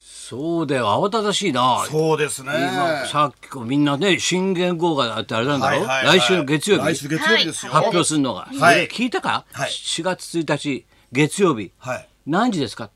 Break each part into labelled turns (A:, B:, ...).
A: そうだよ慌ただしいな
B: そうですね。
A: 今さっきこうみんなね新元号があってあれなんだろ、来週の月曜日
B: 来週月曜日ですよ。
A: 発表するのが、
B: はい
A: それ聞いたか、
B: はい
A: 4月1日月曜日、
B: はい
A: 何時ですか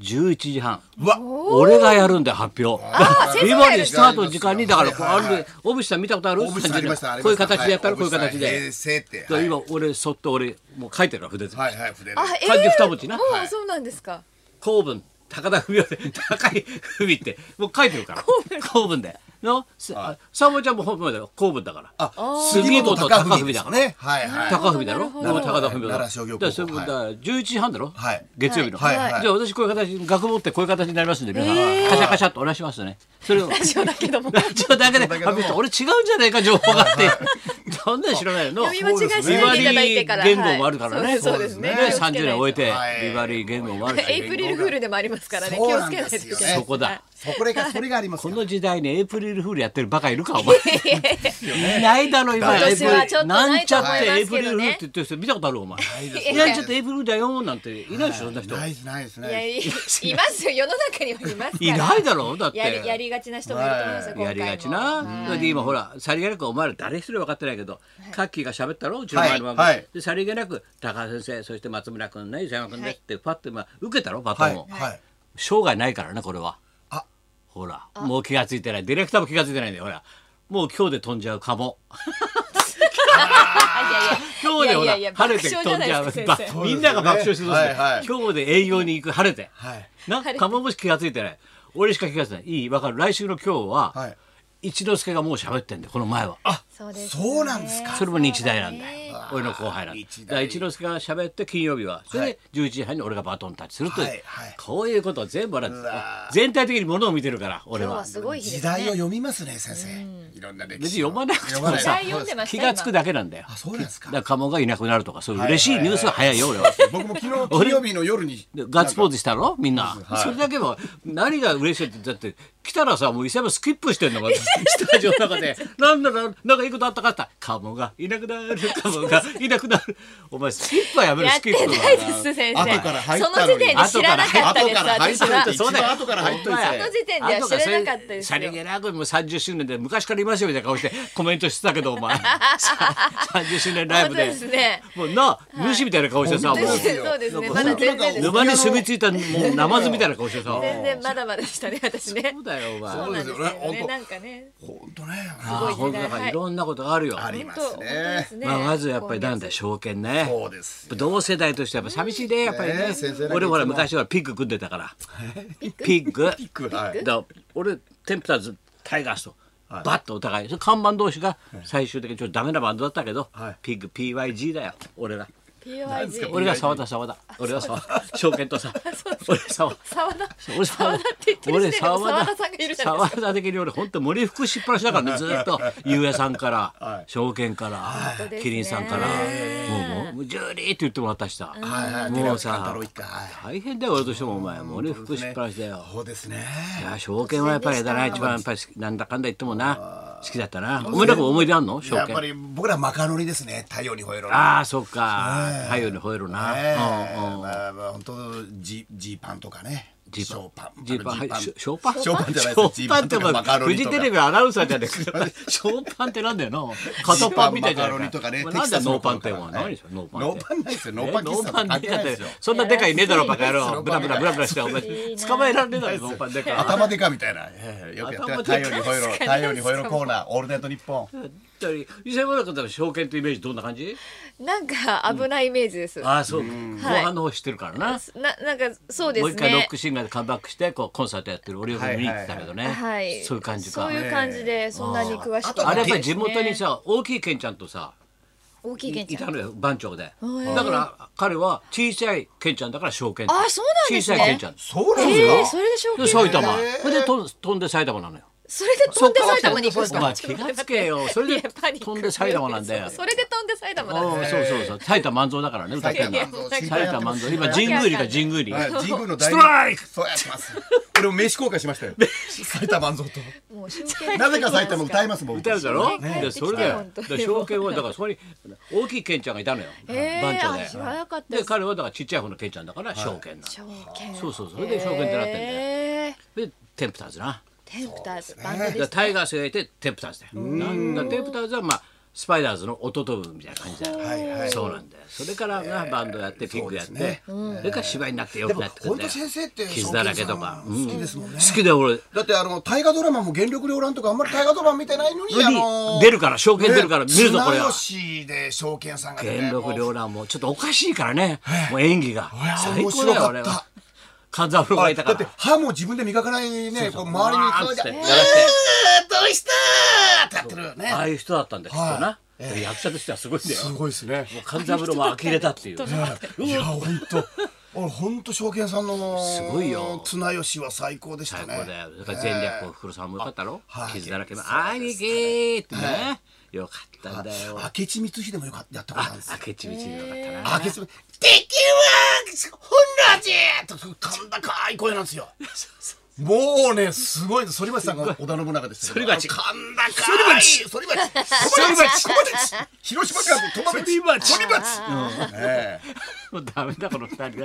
A: 11時半
B: うわ、
A: 俺がやるんで発表
B: ー
A: ビバリースタートの時間にだから
B: はい
A: こう
B: はいはい
A: ある小渕さん見たことある
B: 大渕さんありました。ありました
A: こういう形でやったらこういう形
B: は
A: で、
B: 大渕さん平成って。
A: だから今俺そっと俺もう書いてるわ筆で、
B: はいはい、筆で。
C: あ、え
A: 漢字
C: ー、
A: 二文字な
C: も
A: は
C: うそうなんですか。
A: 公文高田文夫で高い文ってもう書いてるから公文でのさサボちゃんも本文だよ公文だから
B: あ
A: 杉本高文
B: ですかね。はいはい。
A: 高文だろ
C: なるほ
A: 俺
C: ど
A: も高田文夫だ
B: 奈良
A: ろ
B: 商業
A: だから
B: 高
A: そ
B: 校
A: れもだから11時半だろ
B: はい
A: 月曜日のじ
B: はい
A: ゃ
B: はい
A: あ私こういう形学持ってこういう形になりますんで皆さんカシャカシャっとお願いしますね それを
C: ラジオだけども。
A: ラジオだけで
B: ラジオだけ
A: 発
B: ども
A: 表した俺違うんじゃないか情報があってどんなに知らないの
C: 読み間違いし
A: ビ
C: な
A: バ
C: い
A: リ
C: でいただいてか
A: ー
C: ら。
A: 言語もあるから
C: は
A: ね
C: いそうですそうですね。気をつけない
A: 30
C: と
A: 年終えて
B: はい
A: ビバリー言語もある
C: エ
A: し
C: イプリルフールでもありますからね。気
B: そう
C: を
B: なん
C: つけないと
B: で
C: い
B: す
C: け
B: よね
C: ない。
A: そこだ
B: そこれが、それがありま す
A: こ
B: よ。
A: の時代にエイプリルフールやってるバカいる かお前いないだろ今
C: 今年はちょっと
A: な
C: なん
A: ち
C: いと
A: ゃ
C: 思
A: っ
C: いますけど
A: て
C: ね
A: エイプリルフールって言ってる人見たことあるお 前
B: いです
A: いやちょっとエイプリルだよなんていないでしょそんな人
B: ないです、ないです
C: いや
B: ね。
C: いいますよ世の中にはいますから。
A: いないだろだって
C: やりやりがちな人もいると思いますよ。今
A: や
C: 回
A: り
C: も
A: がちな。それで今ほらさりげなくお前ら誰一人分かってないけど、カッキーが喋ったろうちの前の番組、
B: はいはい
A: でさりげなく高橋先生そして松村君ね伊山君ね
C: はい
A: ってパッてまあ受けたろバト
B: は
A: ン
B: い
A: を、
B: はい。
A: 生涯ないからねこれは
B: あ
A: ほらもう気がついてないディレクターも気がついてないんだよほらもう今日で飛んじゃうかも今日で
C: いやいや
A: ほ
C: い
A: ら
C: やいや
A: 晴れて飛んじゃう
C: 爆
A: ば
C: 笑じゃないですか先 生
A: みんなが爆笑してどうする、
B: はいはい
A: 今日で営業に行く晴れて、
B: はい。
A: なかももし気がついてない俺しか気がついてないいいわかる来週の今日は、
B: はい
A: 一之輔がもう喋ってんだよこの前は
C: そうですね。
B: そうなんですか。
A: それも日大なんだよ俺の後輩なんだ
B: 日大
A: だから一之輔が喋って金曜日はそれ
B: は
A: で11時半に俺がバトンタッチするという、
B: はいはい
A: こういうことを全部俺
B: うわ
A: は全体的にものを見てるから俺
C: 今日
A: は
C: はすごい日で
B: 時
C: すね。
B: 代を読みますね、先生。いろんな歴
A: 別
B: 史
A: に
B: を。
A: 読まなくて
B: 読
A: も
B: まない
C: 時
A: さ
C: 代読んでました。
A: 気がつくだけなんだよ
B: あ、そうなんです
A: だ
B: か
A: か。ら鴨がいなくなるとかそういう嬉しい
B: はいは
A: ニ
B: い
A: ュースが早いよ俺は。
B: 僕も昨日、金曜日の夜に。
A: でガッツポーズしたろみんな、それだけは何が嬉しいってだって来たらさもう伊勢山スキップしてんのがスタジオの中で「なんだなんなんかいいことあったか?」って言ったら「カモがいなくなるカモがいなくなる」お前スキップはやめろ
C: や
A: ス
C: っ
A: キッ
C: て
A: プ
C: な
A: は。
C: いです先
B: 後
C: 生。
B: から入った
C: そ
B: のに
C: の時点で知らなかったで
B: 後
C: す
B: から入った
C: 私は
B: の。に一番後から入っといて
A: お前
C: その時点では知らなかったですよ
A: さりげなくもう30周年で昔からいますよみたいな顔してコメントしてたけどお 前30周年ライブで
C: 本当ですね
A: もうな主みたいな顔してさもう
C: そうですねそうですね。
B: もう
C: まだ全然です。
A: 沼に住み着いたもうナマズみたいな顔してさ。
C: 全然まだまだでしたね私ね。
A: そうだよお前
C: そうなんですよ
B: そうです
C: ね。
B: よね
C: なんかね。
B: 本当ね。
A: ああ、
C: す
A: 本
C: ごい時
A: 当だ
C: 代
A: から
C: はい
A: いろんなことがあるよ。
B: あり
C: 本
B: ま
C: 当
B: す
C: 本当で
B: ね。
C: すね。
A: まあ、まずやっぱりなんだ証券ね。
B: そうですよ
A: 同世代としてはやっぱ寂しいね、やっぱりね
B: ね先生なん。か
A: 俺ほら
B: いつも
A: 昔はピッグ組んでたから。ピッグ。
B: は
A: だか
B: い。
A: ら俺テンプターズタイガースと。バッとお互いそれ看板同士が最終的にちょっとダメなバンドだったけど、
B: はい
A: ピッグ PYG だよ俺ら
C: PYG
A: 俺が沢田沢田俺は沢 田証券とさ俺沢田
C: 沢田
A: 俺沢
C: 田って言ってる時点
A: 俺
C: で
A: 沢
C: 沢
A: 田
C: 田さんがいるじゃない
A: 沢田的に俺本当森福しっぱなし だからねずーっとゆうやさんか
B: は
A: ら
B: い
A: 証券から
C: 当ですね
A: キリンさんからもうもうもうジュリーって言ってもらったしさ
B: はいはい。
A: もう
B: 太
A: さ
B: 郎一家。はい
A: 大変だよ俺としてもお前森福しっぱなしだよ
B: そうですね。
A: いや証券はやっぱりあれだな一番やっぱり好きなんだかんだ言ってもな好きだったなお前なんか思い出あんの証
B: やっぱ
A: 券
B: り僕らマカロニですね。太陽に吠えろ。
A: ああそうか太陽に吠える
B: ね
A: なうんうん
B: まあまあ本当ジジーパンとかね。
A: ジー
B: パン
A: ジーパン、
B: あの
A: はい、ショショーパン。
B: ショーパンじゃない
A: シ
B: で
A: ョ
B: すジ
A: ー
B: ー
A: パ
B: パ
A: ン
B: ン
A: って、
B: とか
A: ま
B: マ
A: あ、
B: カロ
A: フジ
B: ニとか
A: テレビアナウンサーじゃねえか。ショーパンってなんだよな。肩パンみたいじゃないか。
B: マカロニとかね
A: これなんだよ
B: テキサス
A: ノー
B: の
A: パンっ
B: 頃
A: て、
B: から
A: お前、何ですよ、ノーパンっ
B: ノ
A: て
B: ー。パンないですよ。ノーパン
A: ノ
B: 喫
A: ー
B: 茶
A: パ
B: と
A: ンね
B: か関係ないですよ。
A: そんなでかいねえだろバカ野
B: いや
A: 郎
B: ら
A: ブラブラブラブラしてお前
C: いいな
A: 捕まえられねえだろノーパンでか
B: 頭でかみたいな。ええよくやってます。
A: 頭で
B: 太
A: か
B: 陽に吠えろ。太陽に吠えろコーナー。オールナイトニッポン。
A: 伊勢村君って証券というイメージどんな感じ
C: なんか危ないイメージです。な
A: ああそう後半の方知ってるからな
C: なんかそうで
A: もう
C: す
A: 一回ロ
C: ね
A: ック。シンガーでカムバックしてこうコンサートやってる俺よく見に行ってたけどね
C: はい。
A: そういう感じか
C: そういう感じでそんなに詳しく
A: あ
C: ない
A: れやっ
C: です
A: ぱ
C: ね
A: り地元にさ大きいケンちゃんとさ
C: 大きい元
A: い
C: ちゃ
A: た
C: ん。
A: のよ番長で
C: ー
A: だから彼は小さいケンちゃんだから証券
C: あそうなんですね
A: 小さいケンちゃんで
B: そうなん
C: ええそれで
A: で
C: 証券。
A: 埼玉
B: へー
A: それでとん飛んで埼玉なのよ
C: それで飛んで埼玉に行くんです
A: お
C: か。
A: 前気がつけよそれで飛んで埼玉なんだよ
C: それで飛んで埼玉なん
A: お
C: だ
A: ー
C: よ。
A: そうそうそう埼玉万蔵だからね歌ってるのは埼玉万蔵今神宮入りか神宮入り
B: はい、神宮の
A: ス
B: 大
A: トライク
B: そうやってます。俺も名刺交換しまし たよ。埼玉万蔵と。
C: もう証券
B: なぜか埼玉歌いますも ん。
A: 歌うだろ
C: ね
A: でそれだよ
C: ね
A: だから証券はだからそこに大きいケンちゃんがいたのよ
C: えー
A: 番長
C: あ知らなかった
A: で
C: です
A: で彼はだからちっちゃい方のケンちゃんだから証券なの
C: 証券。
A: そうそうそれで証券ってなってんだよ
C: えー
A: でテンプターズな
C: テンプターズバンドで
A: だから
C: す
A: タイガースがいてテンプターズだよなんだからテンプターズはまあスパイダーズの弟分みたいな感じだよ、
B: はいはい
A: そうなんだよそれからなバンドやってピンクやって
B: そ
A: そ,、
B: うですね
A: れから芝居になってよ
B: で
A: く
B: も
A: なってくん
B: 本
A: だ
B: 当
A: よ
B: 先生って
A: 傷だらけとか、
B: 好きですもんね、
A: 好きだよ俺
B: だってあの大河ドラマも原力量乱とかあんまり大河ドラマ見てないのにあの
A: に出るから証券出るから見るぞこれは
B: ね。綱吉で証券さんが出て
A: 元禄両乱もちょっとおかしいからねもう演技が
B: いや
A: 最高だよ俺
B: 面白かっ
A: は
B: た
A: 勘三郎がいた
B: だ
A: か
B: って
A: ら
B: 歯も自分で磨かないねこう周りに
A: わー
B: 顔
A: っ
B: じ
A: つ
B: ゃ
A: って
B: 「え
A: や
B: ー
A: ら
B: ど
A: せて
B: うした!」ってやってるよね
A: ああいう人だったんだよきっとな
B: は
A: 役者としてはすごいんだよ
B: すごいですね
A: もう勘三郎も呆れた っていう
B: いや本当 俺本当証券さんの
A: すごいよ
B: 綱吉は最高でしたね
A: 最高だよだから前略を黒さんもよかったろ
B: はい
A: 傷だらけの
B: そうで
A: 兄
B: す
A: 貴ーってねよかったんだよ
B: 明智光秀もよかったやったことあるんですよ
A: 明智道によかったな
B: 明智光秀敵は本能寺!」と甲高い声なんですよもうねすごいです反町さんが織田信長です
A: 反町
B: 甲高い反町反町反町広島県の
A: 反
B: 戸
A: 町
B: 辺町反町ええ
A: もうダメだこの二人 が。
C: 人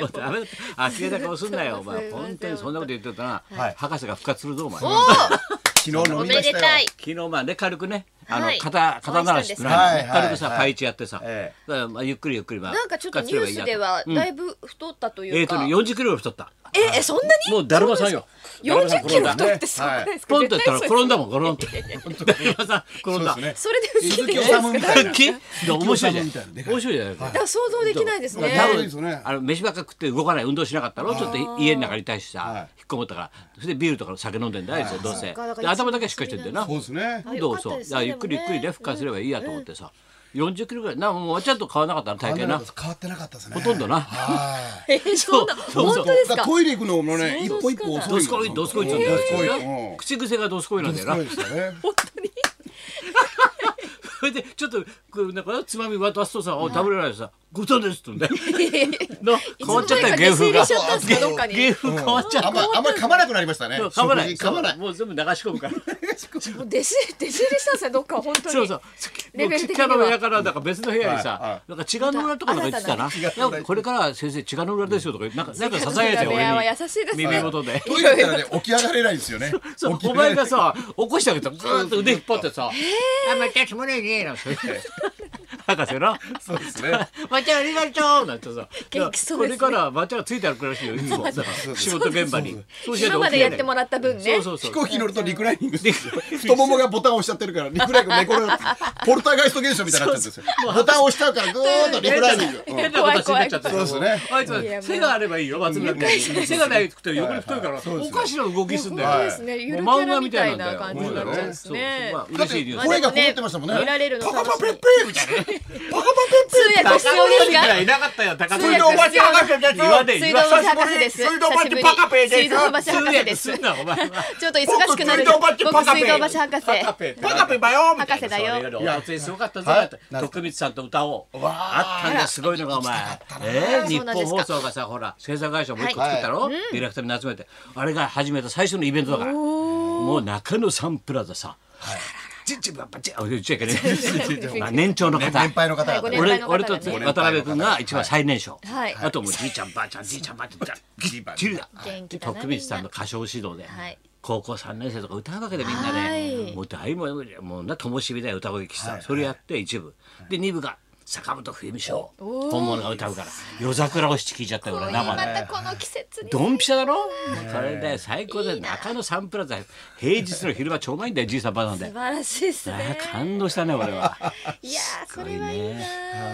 A: もうダメだ。呆れた顔すんなよお前。本当にそんなこと言ってたら、
B: はい
A: 博士が復活するぞお前。
C: お
A: 昨
C: ー
B: 昨日飲
C: お
B: み
C: め
B: まし
C: で
B: たよ
C: たい
A: 日まあね軽くねあの
C: はい
A: 肩肩鳴らしってな
B: はいい
A: の軽くさ
B: はい
A: パイチやってさ、
B: え
A: だからまあゆっくりゆっくりまあ
C: なんかちょっとニュースではだいぶ太ったと
A: え
C: い
A: っ
C: うか
A: とね40キロ太った。
C: ええそんなに
A: もうだるまさんよ。
C: 四十キロ
A: だるまさん転んだ
C: 太ってすごくないですか
A: ポンとや
C: 絶
A: ったら
C: 対そうです
A: 転んだもんゴロンって。 だるまさん転んだ
B: そう。ですね
C: それで不思議
B: 鈴
C: で
B: 木おさむみたい
A: 大きい面白いじゃん。面白いじゃない。
C: だから想像できないですね
B: 多分ですよね
A: あの飯ばっか食って動かない運動しなかったろちょっと家の中に対してさ
B: はい
A: 引っこもったからそれでビールとか酒飲んでんだあいつどう
C: そ
A: せ
C: っかだか
A: で
C: ら
A: 頭だけしっかりしてんだよな
B: そうですね
C: あ
A: ど
C: よ
A: う
C: かった
A: そう
C: で
A: だ
C: すね
A: からゆっくりゆっくりね
C: でもね
A: 復活すればいいやと思ってさ40キロぐらいなもうちゃんと変わらなかったな体型な
B: 変わってなかったですね
A: ほとんどな
B: はい
C: えーそんな
A: そうそう
C: 本当です
B: だから
C: か
B: トイレ行くのもね一
C: 想像
B: 歩一歩
C: つか
B: 遅
A: ど
B: い
A: すこいどすこいちょっと
B: ど
A: ど
B: す
A: す
B: こ
A: こ
B: い
A: い
B: うん
A: な口癖がどすこいなんだよ
B: ど
A: な
B: すこいですよね
A: それでちょっとこうなんかつまみ渡すとさ「あ食べれないでさ「ごたんです」って言うんだよな変わっちゃったよ芸風
C: い
A: が
C: つの間にか下水入れちゃったんですかどっかに
A: 芸風変わっちゃっ
B: あんまあんまり噛まなくなりましたね
A: た噛まない
B: 食事噛まない
A: もう全部流し込むから
C: もう弟子弟子入りしたんですよどっか本当に
A: そうそう。
C: レベル的に
A: も
C: は
A: うちっちゃな部屋からなんか別の部屋に
B: はいは
A: さ、なんか違うの裏とかなんか言ってたな。
C: 新
B: たな
A: なんかこれからは先生違うの裏ですよとか言ってなん かなんか支えて
C: 違うの裏部屋は
A: 俺
C: 優しいですね
A: に耳元で。
B: トイレ行ったらね起き上がれないんですよね
A: そう
B: 起き
A: お
B: 上が
A: 前
B: れない
A: がさ起こしてあげたらぐーっと腕引っ張ってさ「あまたつまらないね」なんて言っ て博士な
B: そうですね
A: 「 またありがとう」なんてさ
C: 元気そう
A: これ
C: ですね
A: からまたはついて歩くらしいよいつ もだから仕事現場にそうしない
C: 今
A: と
C: ま
A: 起
C: で
A: きれ
C: や
A: ない
C: ってもらった分ね
A: そうそうそ
B: 飛
A: う
B: 行機乗るとリクライニング太ももがボタンを押しちゃってるからリクライニング猫のポルターガイスト現象みたいになってるんですよボタンを押しちゃうからぐーっとリクライニングうん
A: 変な形になっちゃった
B: 怖い怖い
A: あいつは背があればいいよ、松村君。背がないくて横に太いから、おかしな動きすんだよ。
C: そうですねゆるキャラみたいな感じになっちゃうんですね
A: そうそうま
B: だ
A: あ
B: っ
A: 嬉しいニ
B: て
A: ュース。
B: 声がこもってましたもんね
C: 見られるの
B: パ
C: 楽
B: カ
C: し
B: パ
C: み
B: ペッペーみたいなね
C: 通訳必要ですか
A: いなかったよ、高
C: 通
B: それでお
C: 訳
B: ばちゃん博士です
A: 言わねえ
C: 水道橋博士です
B: 水道橋
C: 久しぶり
B: パカペです
C: 水道橋博
A: 通
C: 士
A: 訳
C: ですす
A: んな、お前は。
C: ちょっと忙しくなる
B: 僕水道橋パカ
C: 僕
B: ペ
C: 水道橋博士
B: パカペバよみたいな
C: 博士だよ
A: いや、すごかったぞ
B: はい。
A: 徳光さんと歌おう。
B: わ
A: あったんだすごいのがお前ええ日
C: そうなん
A: 本
C: ですか
A: 放送がさほら制作会社もう一個作ったろ、ディレクターに集めてあれが始めた最初のイベントだからもう中野サンプラザさちんちんばっばちんあ言っちゃいけない まあ年長の方
B: 年配の方々
C: はい
B: ね
C: ご年配
A: 俺
C: の方
A: 俺と
C: がね
A: 渡辺君が一番最年少、
C: はい
A: あともうじいちゃんばあちゃんじいちゃんばあちゃんぎっちりだ
C: 元気だな
A: 徳光さんの歌唱指導で、
C: はい
A: 高校3年生とか歌うわけでみんな
C: は
A: ね
C: い
A: もう大ももうな灯火だよ歌声喫茶、それやって一部、で二部が坂本冬美賞本物が歌うから夜桜を七聞いちゃったよ俺
C: ま
A: 生で。
C: たこの季節に
A: ドンピシャだろこれで最高で中野サンプラザ平日の昼間超満員だよじいさんばあさんで
C: 素晴らしいです
A: ああ
C: ね
A: 感動したね俺 はい
C: やーそれはいいな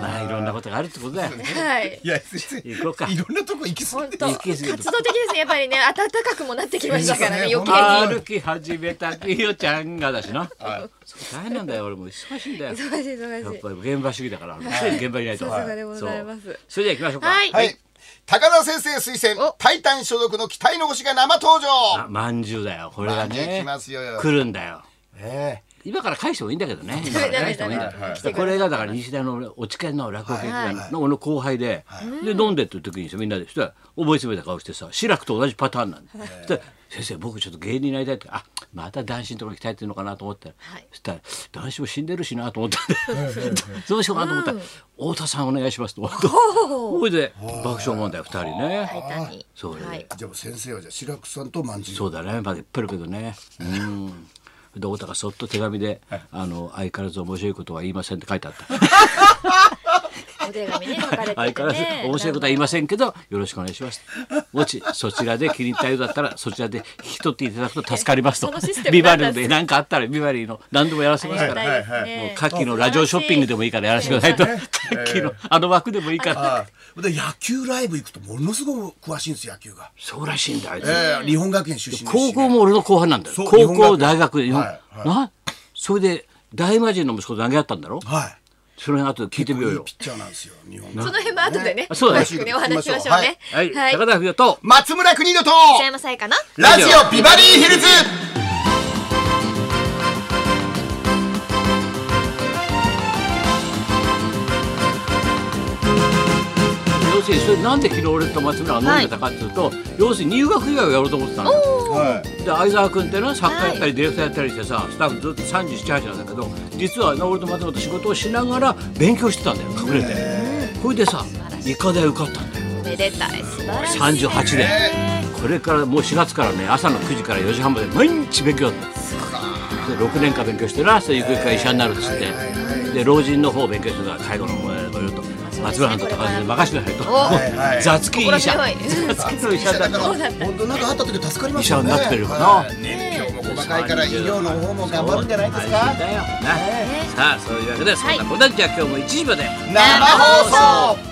A: まあいろんなことがあるってことだよ
C: はい
B: いや先生い
A: 行こうか
B: ろんなとこ行き過
C: 本
B: ぎ
C: 当
B: て
A: 行き過ぎた
C: 活動的ですねやっぱりね暖かくもなってきましたからね
B: そう
C: 余
B: ですね
A: 歩き
C: 計
A: 始めたきよちゃんがだしなそう大変なんだよ俺もう忙しいんだよ
C: に忙しい忙
A: やっ
C: しい
A: ぱり現場主義だから、常に現場にいないと。
C: さすがでございます
A: そうそれでは行きましょうか。
C: はい
B: はい高田先生推薦タイタン所属の期待の星が生登場
A: あ、まんじゅうだよ、これが
B: まんじゅう
A: ね
B: 来。ますよ
A: 来るんだよ。
B: え
A: 今から返してもいいんだけどね。今
C: ダ
A: か
C: メ
A: ら
C: ダ
A: 返して
C: メダ
A: もい
C: メ
A: いんだけど。
C: 来てく
A: こ
C: ださい
A: れがだから西大のお知見の落語研
C: は
A: 究
C: い
A: 会の俺の後輩で、で飲んでってる時にさみんなでそしたら覚えつめた顔してさ志らくと同じパターンなんだ、そしたら先生僕ちょっと芸人になりたいってあまた男子のところに来たいっていうのかなと思ったら、
C: はい
A: そしたら男子も死んでるしなと思ったんでどうしようかなと思ったら、太田さんお願いしますとそれで爆笑問題二人ね
C: タイタニ
A: そうね
C: はい。
B: じゃあ先生はじゃあ白くさんとまんじゅ
A: そうだねまだいっぱいいるけどねうんで太田がそっと手紙で、あの「相変わらず面白いことは言いません」って書いてあった
C: お手紙ね書かれ
A: 相
C: てて
A: 変わらず
C: ね。
A: 面白いことは言いませんけどよろしくお願いしますもしそちらで気に入ったようだったらそちらで引き取っていただくと助かりますと
C: そのシステム
A: ビバ
C: 何
A: リ
C: な
A: ー
C: ん
A: で
C: ですか
A: 何かあったらビバリーの何でもやらせますから、
C: ありがたいですね
A: もう夏季のラジオショッピングでもいいからやらせてくださいと
B: そうで
A: 夏季のあの枠でもいいから
B: はいで野球ライブ行くとものすごく詳しいんですよ野球が、
A: そうらしいんだあいつ、
B: ええ日本学園出身ですしね
A: 高校も俺の後輩なんだよ
B: そう
A: 高
B: 日本
A: 校
B: 学
A: 大学日本、
B: はいはい
A: なそれで大魔神の息子と投げ合ったんだろ
B: はい
A: それの後で聞いてみよう
B: いい
A: よ
B: ピッチャーなんですよ日本
C: その辺も後でね。
A: あそうだね
C: 詳しくねお話ししましょうね。
A: はい、高田文夫と
B: 松村邦乃と
C: 北山さやかな。
B: ラジオビバリーヒルズ
A: 要するにそれなんで昨日俺と松村が飲んでたかっていうと、要するに入学以外をやろうと思ってたのよ
B: はい
A: で相沢君ってな作家やったりディレクターやったりしてさスタッフずっと378なんだけど実はな俺と松村と仕事をしながら勉強してたんだよ隠れてこれでさ理科大受かったんだよ
C: めでたい。素晴らしい。
A: 38年これからもう4月からね朝の9時から4時半まで毎日勉強だったで6年間勉強してなそれゆくゆくは医者になるっつってで老人の方を勉強してたから介護の方をやろうと松村さんと高橋さんに任せてないと
B: はいは い
A: 雑き医者
C: 心
A: 雑
C: 強い
A: きの医者だと
C: うだった
B: 本当なんかあった時助かりますよ
A: 医
B: ね
A: 者になってるよな
B: はい年表も細かいから医療の方も頑張るんじゃないです
A: そう
B: か
A: だよなさあそういうわけでそんなことでじゃあ今日も1時まで
B: 生放送